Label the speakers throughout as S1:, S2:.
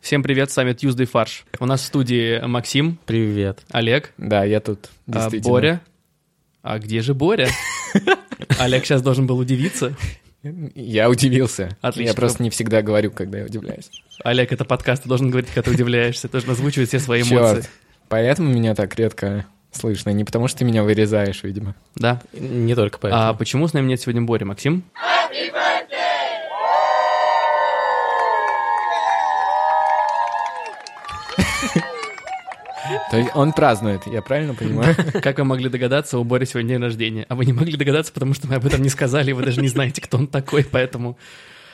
S1: Всем привет, саммит Юзды Фарш. У нас в студии Максим,
S2: Привет.
S1: Олег,
S3: Да, я тут
S1: а,
S3: действительно.
S1: Боря. А где же Боря? Олег сейчас должен был удивиться.
S3: Я удивился.
S1: Отлично.
S3: Я просто не всегда говорю, когда я удивляюсь.
S1: Олег, это подкаст, ты должен говорить, когда ты удивляешься, ты должен озвучивать все свои эмоции.
S3: Чёрт. Поэтому меня так редко слышно. Не потому, что ты меня вырезаешь, видимо.
S1: Да.
S2: Не только поэтому.
S1: А почему с нами нет сегодня Боря, Максим?
S3: То есть он празднует, я правильно понимаю?
S1: Как вы могли догадаться, у Бори сегодня день рождения. А вы не могли догадаться, потому что мы об этом не сказали, и вы даже не знаете, кто он такой, поэтому...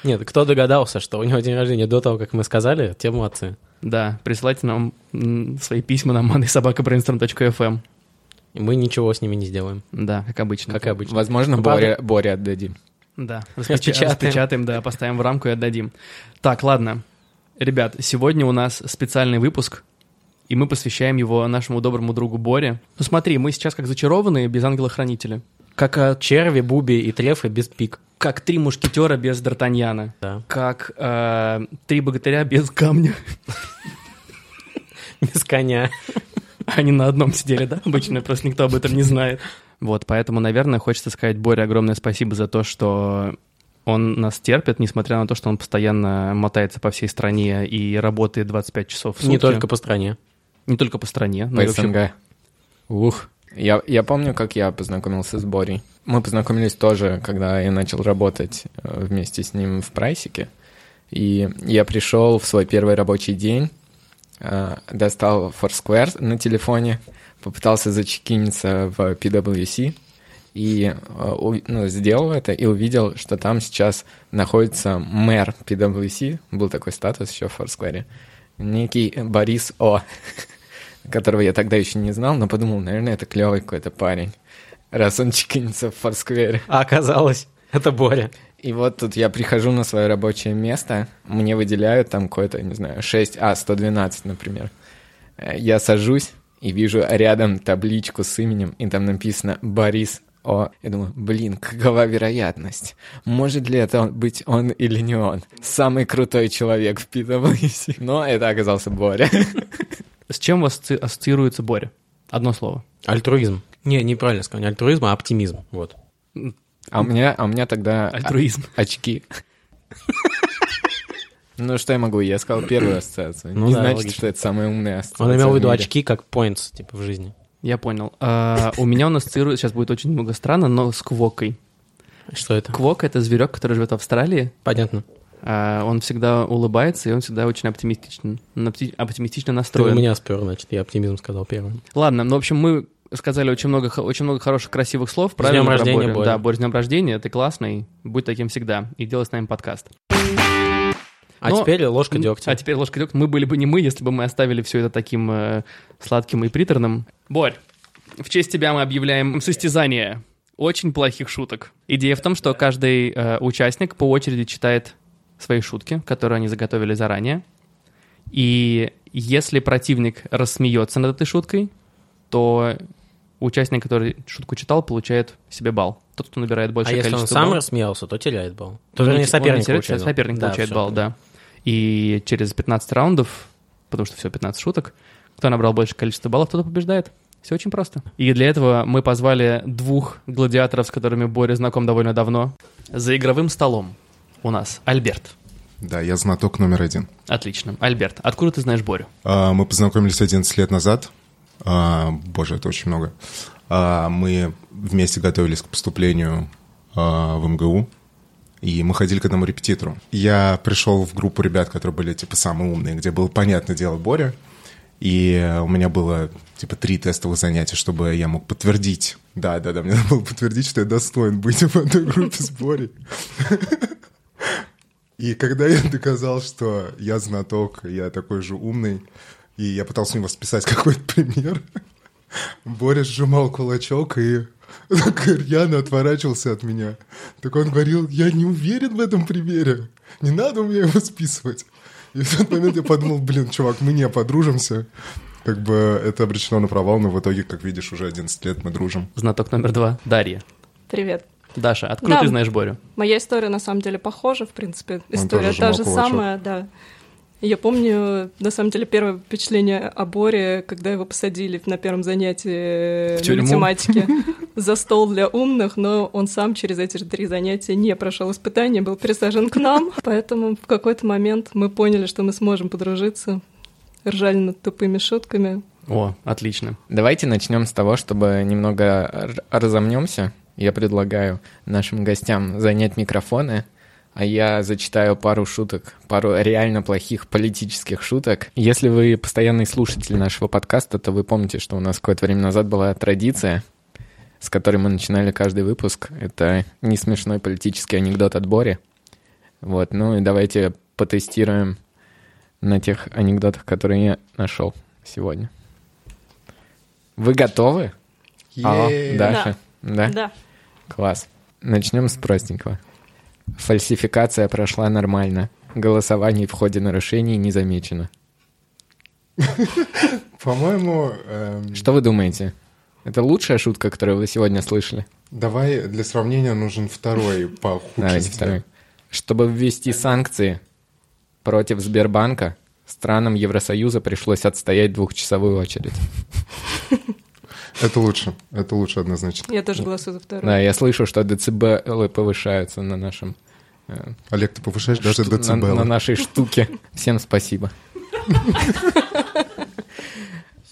S2: Нет, кто догадался, что у него день рождения до того, как мы сказали, те молодцы.
S1: Да, присылайте нам м, свои письма на manaysobakabrainstorm.fm.
S2: И мы ничего с ними не сделаем,
S1: эм. Да, как обычно.
S2: как обычно.
S3: Возможно,
S2: Ну, правда.
S3: Боря, Боря отдадим.
S1: Да,
S2: Распечатаем.
S1: распечатаем. распечатаем, да, поставим в рамку и отдадим. Так, ладно. Ребят, сегодня у нас специальный выпуск, и мы посвящаем его нашему доброму другу Боре. Ну смотри, мы сейчас как зачарованные без ангела-хранителя. Как, а,
S2: Черви, Буби и Трефы без пик.
S1: как три мушкетера без Д'Артаньяна.
S2: Да.
S1: Как э, три богатыря без камня.
S2: Без коня.
S1: Они на одном сидели, да, обычно, просто никто об этом не знает. Вот, поэтому, наверное, хочется сказать Боре огромное спасибо за то, что он нас терпит, несмотря на то, что он постоянно мотается по всей стране и работает 25 часов в сутки.
S2: Не только по стране.
S1: Не только по стране, но
S3: По
S1: Ну, и вообще...
S3: СНГ. Ух. Я, я помню, как я познакомился с Борей. Мы познакомились тоже, когда я начал работать э, вместе с ним в Прайсике. И я пришел в свой первый рабочий день, э, достал Foursquare на телефоне, попытался зачекиниться в PwC и э, у- ну, сделал это и увидел, что там сейчас находится мэр PwC, был такой статус еще в Foursquare, некий Борис О которого я тогда еще не знал, но подумал, наверное, это клевый какой-то парень, раз он чекинется в форсквере.
S2: А оказалось, это Боря.
S3: И вот тут я прихожу на свое рабочее место, мне выделяют там какое-то, не знаю, 6А112, например. Э, Я сажусь и вижу рядом табличку с именем, и там написано «Борис О». Я думаю, блин, какова вероятность? Может ли это он- быть он или не он? Самый крутой человек в PwC. Но это оказался Боря.
S1: С чем у вас ци- ассоциируется Боря? Одно слово.
S2: Альтруизм. Не, неправильно сказал. Не альтруизм, а оптимизм. Вот.
S3: А у меня, а у меня тогда...
S1: Альтруизм.
S3: Очки. Ну, что я могу? Я сказал первую ассоциацию.
S2: Ну
S3: не
S2: да,
S3: значит,
S2: логично.
S3: что это самая умная ассоциация.
S2: Он имел в виду
S3: мире.
S2: очки как points, типа, в жизни.
S1: Я понял. А, у меня он ассоциируется, сейчас будет очень много странно, но с Квокой.
S2: Что это?
S1: Квок — это зверек, который живет в Австралии,
S2: Понятно.
S1: А, Он всегда улыбается, и он всегда очень оптимистичен, он опти- оптимистично
S2: Ты у
S1: настроен.
S2: меня спер, значит, я оптимизм сказал первым.
S1: Ладно, ну, в общем, мы сказали очень много, хо- очень много хороших, красивых слов.
S2: днем
S1: Правильно, про
S2: рождения,
S1: Борю?
S2: Боря.
S1: Да, Боря, с днем рождения, ты классный, будь таким всегда, и делай с нами подкаст.
S2: А
S1: Но-
S2: теперь ложка
S1: А
S2: дегтя.
S1: теперь ложка дегтя. Мы были бы не мы, если бы мы оставили все это таким э, сладким и приторным. Борь, в честь тебя мы объявляем состязание очень плохих шуток. Идея в том, что каждый э, участник по очереди читает свои шутки, которые они заготовили заранее. И если противник рассмеется над этой шуткой, то участник, который шутку читал, получает себе балл. Тот, кто набирает
S2: А
S1: большее
S2: если
S1: количество
S2: он сам
S1: баллов-
S2: рассмеялся, то теряет балл. То
S1: он
S2: вернее,
S1: не- он не
S2: соперник
S1: теряет,
S2: получает.
S1: соперник получает
S2: всё.
S1: балл, да. И через 15 раундов, потому что все 15 шуток, кто набрал больше количество баллов, тот и побеждает. Все очень просто. И для этого мы позвали двух гладиаторов, с которыми Боря знаком довольно давно. За игровым столом у нас Альберт.
S4: Да, я знаток номер один.
S1: Отлично. Альберт, откуда ты знаешь Борю?
S4: А, Мы познакомились 11 лет назад. А, Боже, это очень много. А, Мы вместе готовились к поступлению а, в МГУ. И мы ходили к одному репетитору. Я пришел в группу ребят, которые были, типа, самые умные, где было, понятное дело, Боря. И у меня было, типа, три тестовых занятия, чтобы я мог подтвердить. Да-да-да, мне надо было подтвердить, что я достоин быть в одной группе с Борей. И когда я доказал, что я знаток, я такой же умный, и я пытался у него списать какой-то пример, Боря сжимал кулачок и так рьяно отворачивался от меня. Так он говорил, я не уверен в этом примере, не надо мне его списывать. И в тот момент я подумал, блин, чувак, мы не подружимся. Как бы это обречено на провал, но в итоге, как видишь, уже 11 лет мы дружим.
S1: Знаток номер два. Дарья.
S5: Привет.
S1: Даша, откуда
S5: Да.
S1: ты знаешь Борю?
S5: Моя история на самом деле похожа, в принципе. История
S4: тоже
S5: та
S4: жмал
S5: же
S4: кулачок.
S5: самая, да. Я помню, на самом деле, первое впечатление о Боре, когда его посадили на первом занятии
S1: В тюрьму.
S5: на математике за стол для умных, но он сам через эти же три занятия не прошел испытания, был пересажен к нам, поэтому в какой-то момент мы поняли, что мы сможем подружиться, ржали над тупыми шутками.
S1: О, отлично.
S3: Давайте начнем с того, чтобы немного р- разомнемся. Я предлагаю нашим гостям занять микрофоны, а я зачитаю пару шуток, пару реально плохих политических шуток. Если вы постоянный слушатель нашего подкаста, то вы помните, что у нас какое-то время назад была традиция, с которой мы начинали каждый выпуск. Это не смешной политический анекдот от Бори. Вот, ну и давайте потестируем на тех анекдотах, которые я нашел сегодня. Вы готовы? Алло,
S4: Е-е-е.
S3: Даша? Да.
S5: Да.
S3: Класс. Начнем с простенького. Фальсификация прошла нормально. Голосование в ходе нарушений не замечено.
S4: По-моему, эм,
S3: Что вы думаете? Это лучшая шутка, которую вы сегодня слышали?
S4: давай для сравнения нужен второй по
S3: Давайте
S4: худшести.
S3: второй. Чтобы ввести санкции против Сбербанка, странам Евросоюза пришлось отстоять двухчасовую очередь.
S4: Это лучше, это лучше однозначно.
S5: Я тоже голосую за вторую.
S3: Да, я слышу, что децибелы повышаются на нашем... э,
S4: Олег, ты повышаешь даже
S3: шту- на-
S4: децибелы.
S3: на нашей штуке. Всем спасибо.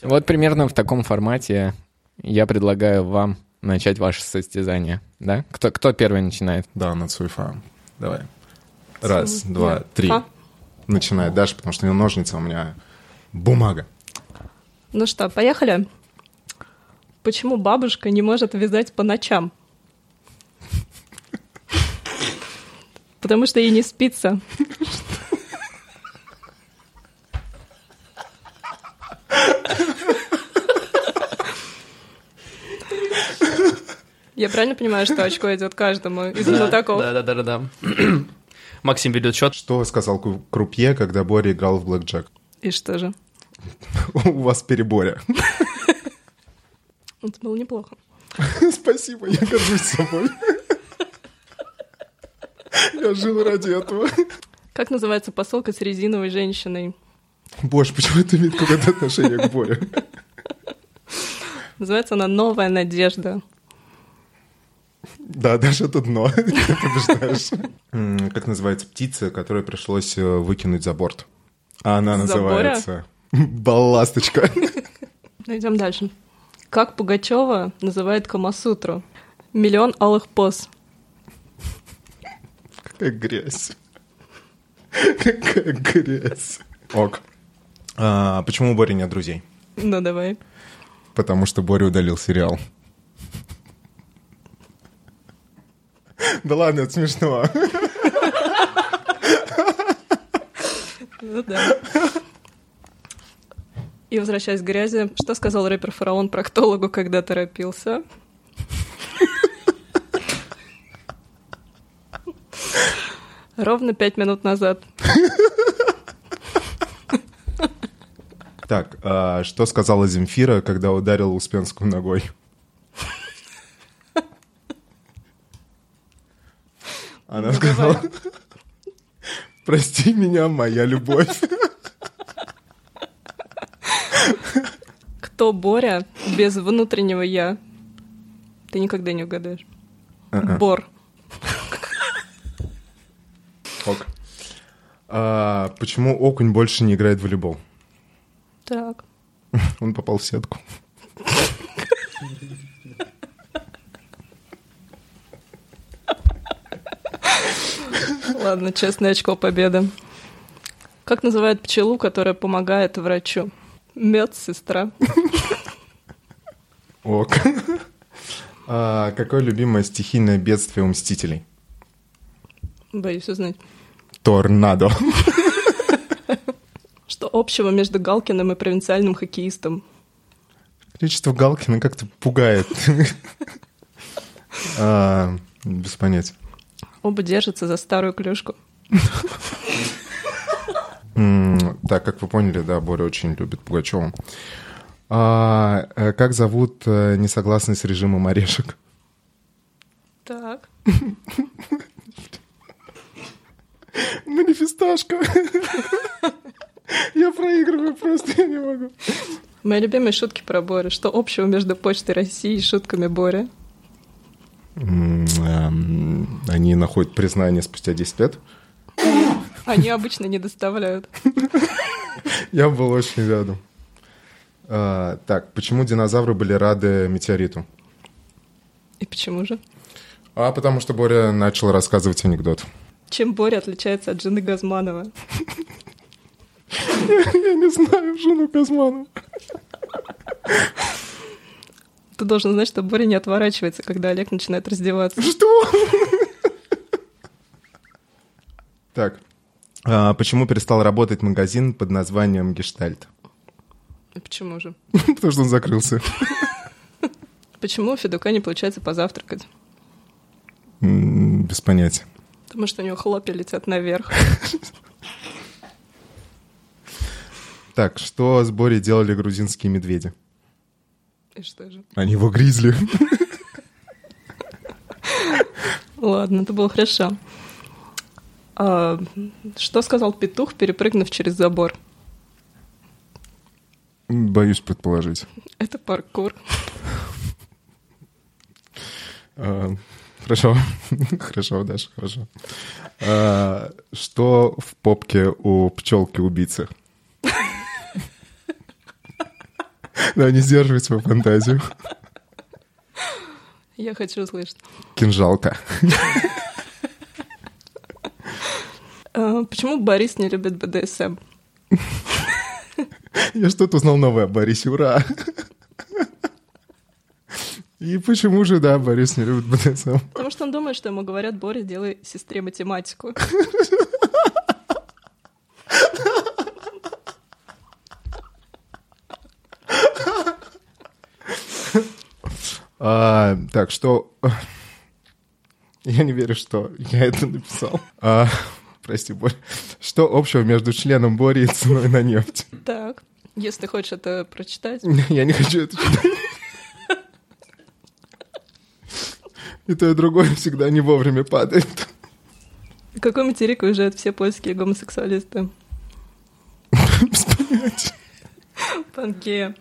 S3: Вот примерно в таком формате я предлагаю вам начать ваше состязание. Да? Кто, кто первый начинает?
S4: Да, Нацуйфа. Давай. Раз,
S5: Цу-
S4: два,
S5: я.
S4: три.
S5: Ха.
S4: Начинай Даша, потому что у нее ножницы, а у меня бумага.
S5: Ну что, поехали? Почему бабушка не может вязать по ночам? Потому что ей не спится. Я правильно понимаю, что очко идет каждому из знатоков?
S1: Да, да, да, да, да. Максим ведет счет.
S4: Что сказал Ку- Крупье, когда Боря играл в блэкджек?
S5: И что же?
S4: У вас переборя.
S5: Это было неплохо.
S4: Спасибо, я горжусь собой. Я жил ради этого.
S5: Как называется посылка с резиновой женщиной?
S4: Боже, почему это имеет какое-то отношение к Боре?
S5: Называется она «Новая надежда».
S4: Да, даже это дно. Ты побеждаешь. М, Как называется птица, которую пришлось э, выкинуть за борт? А она
S5: С забора?
S4: называется... Балласточка.
S5: Идем Ну, дальше. Как Пугачева называет Камасутру? Миллион алых поз.
S4: Какая грязь. Какая грязь. Ок. А, почему у Бори нет друзей?
S5: Ну давай.
S4: Потому что Боря удалил сериал. Да ладно, это смешно.
S5: Ну да. И возвращаясь к грязи, что сказал рэпер Фараон проктологу, когда торопился? Ровно пять минут назад.
S4: Так, а, что сказала Земфира, когда ударила Успенскую ногой? Она сказала, прости меня, моя любовь.
S5: Кто Боря без внутреннего я? Ты никогда не угадаешь.
S4: Э-э.
S5: Бор.
S4: Ок. А, Почему окунь больше не играет в волейбол?
S5: Так.
S4: Он попал в сетку.
S5: Ладно, честное очко победы. Как называют пчелу, которая помогает врачу? Медсестра.
S4: Ок. А, Какое любимое стихийное бедствие у «Мстителей»?
S5: Боюсь узнать.
S4: Торнадо.
S5: Что общего между Галкиным и провинциальным хоккеистом?
S4: Количество Галкина как-то пугает. А, Без понятия.
S5: Оба держатся за старую клюшку.
S4: М, Так, как вы поняли, да, Боря очень любит Пугачева. А, э, Как зовут э, несогласный с режимом орешек?
S5: Так.
S4: Манифесташка. Я проигрываю просто, я не могу.
S5: Мои любимые шутки про Боря. Что общего между Почтой России и шутками Боря?
S4: Они находят признание спустя 10 лет.
S5: Они обычно не доставляют.
S4: Я был очень рядом. А, Так, почему динозавры были рады метеориту?
S5: И почему же?
S4: А потому что Боря начал рассказывать анекдот.
S5: Чем Боря отличается от жены Газманова?
S4: Я не знаю жену Казмана.
S5: Ты должен знать, что Боря не отворачивается, когда Олег начинает раздеваться.
S4: Так, а, почему перестал работать магазин под названием Гештальт?
S5: И почему же?
S4: Потому что он закрылся.
S5: Почему у Федука не получается позавтракать?
S4: М, Без понятия.
S5: Потому что у него хлопья летят наверх.
S4: Так, что с Борей делали грузинские медведи?
S5: И что же?
S4: Они его гризли.
S5: Ладно, это было хорошо. А, что сказал петух, перепрыгнув через забор?
S4: Боюсь предположить.
S5: Это паркур.
S4: А, Хорошо. Хорошо, Даша, хорошо. А, Что в попке у пчелки-убийцы? Да, не сдерживай свою фантазию.
S5: Я хочу услышать.
S4: Кинжалка.
S5: А, почему Борис не любит БДСМ?
S4: Я что-то узнал новое о Борисе, ура! И почему же, да, Борис не любит БДСМ?
S5: Потому что он думает, что ему говорят, Боря, делай сестре математику.
S4: А, так, что... Я не верю, что я это написал. А, прости, Борь. Что общего между членом Бори и ценой на нефть?
S5: Так, если ты хочешь это прочитать.
S4: Я не хочу это читать. И то, и другое всегда не вовремя падает.
S5: На Какой материк уезжают все польские гомосексуалисты?
S4: Без понятия.
S5: Пангея.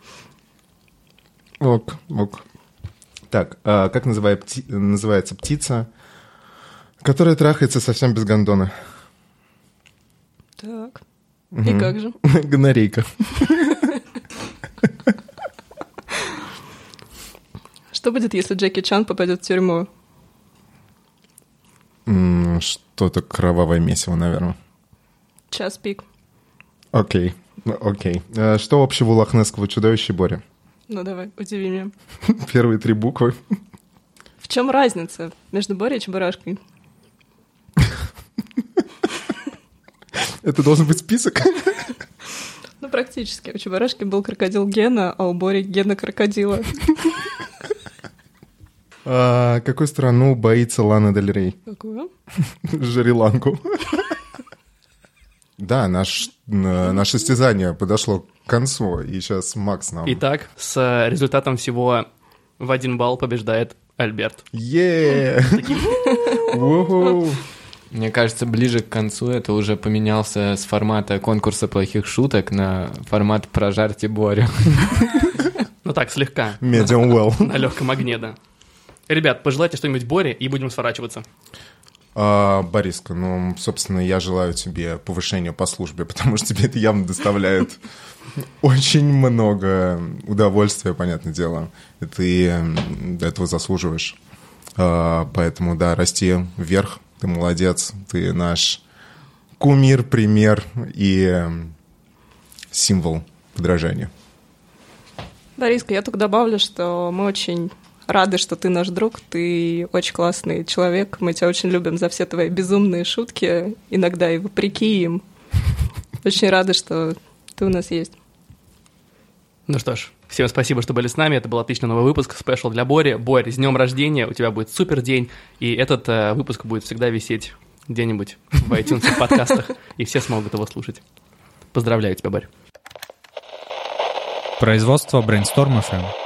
S4: Ок, ок. Так, а как называет пти- называется птица, которая трахается совсем без гондона?
S5: Так. И как же?
S4: Гонорейка.
S5: Что будет, если Джеки Чан попадет в тюрьму?
S4: М, Что-то кровавое месиво, наверное.
S5: Час пик.
S4: Окей, ну, окей. Э, Что общего у лохнесского чудовища и Бори?
S5: Ну давай, удиви меня.
S4: Первые три буквы.
S5: В чем разница между Борей и Чебурашкой?
S4: Это должен быть список.
S5: Ну, практически. У Чебурашки был крокодил Гена, а у Бори Гена крокодила.
S4: А, Какую страну боится Лана Дель Рей?
S5: Какую?
S4: Шри-Ланку. Да, наш, э, наше стязание подошло к концу, и сейчас Макс нам...
S1: Итак, с э, результатом всего в один балл побеждает Альберт.
S4: Е! Уху.
S3: Мне кажется, ближе к концу это уже поменялся с формата конкурса плохих шуток на формат «Прожарьте Борю».
S1: Ну так, слегка,
S4: Medium well.
S1: на легком огне, да. Ребят, пожелайте что-нибудь Боре и будем сворачиваться.
S4: А, Бориска, ну, собственно, я желаю тебе повышения по службе, потому что тебе это явно доставляет очень много удовольствия, понятное дело. И ты м, этого заслуживаешь. А, поэтому, да, расти вверх, ты молодец, ты наш кумир, пример и м, символ подражания.
S5: Бориска, я только добавлю, что мы очень рады, что ты наш друг, ты очень классный человек, мы тебя очень любим за все твои безумные шутки, иногда и вопреки им. Очень рады, что ты у нас есть.
S1: Ну что ж, всем спасибо, что были с нами. Это был отличный новый выпуск, спешл для Бори. Борь, с днем рождения, у тебя будет супер день, и этот э, выпуск будет всегда висеть где-нибудь в iTunes и подкастах, и все смогут его слушать. Поздравляю тебя, Борь.
S6: Производство Brainstorm FM.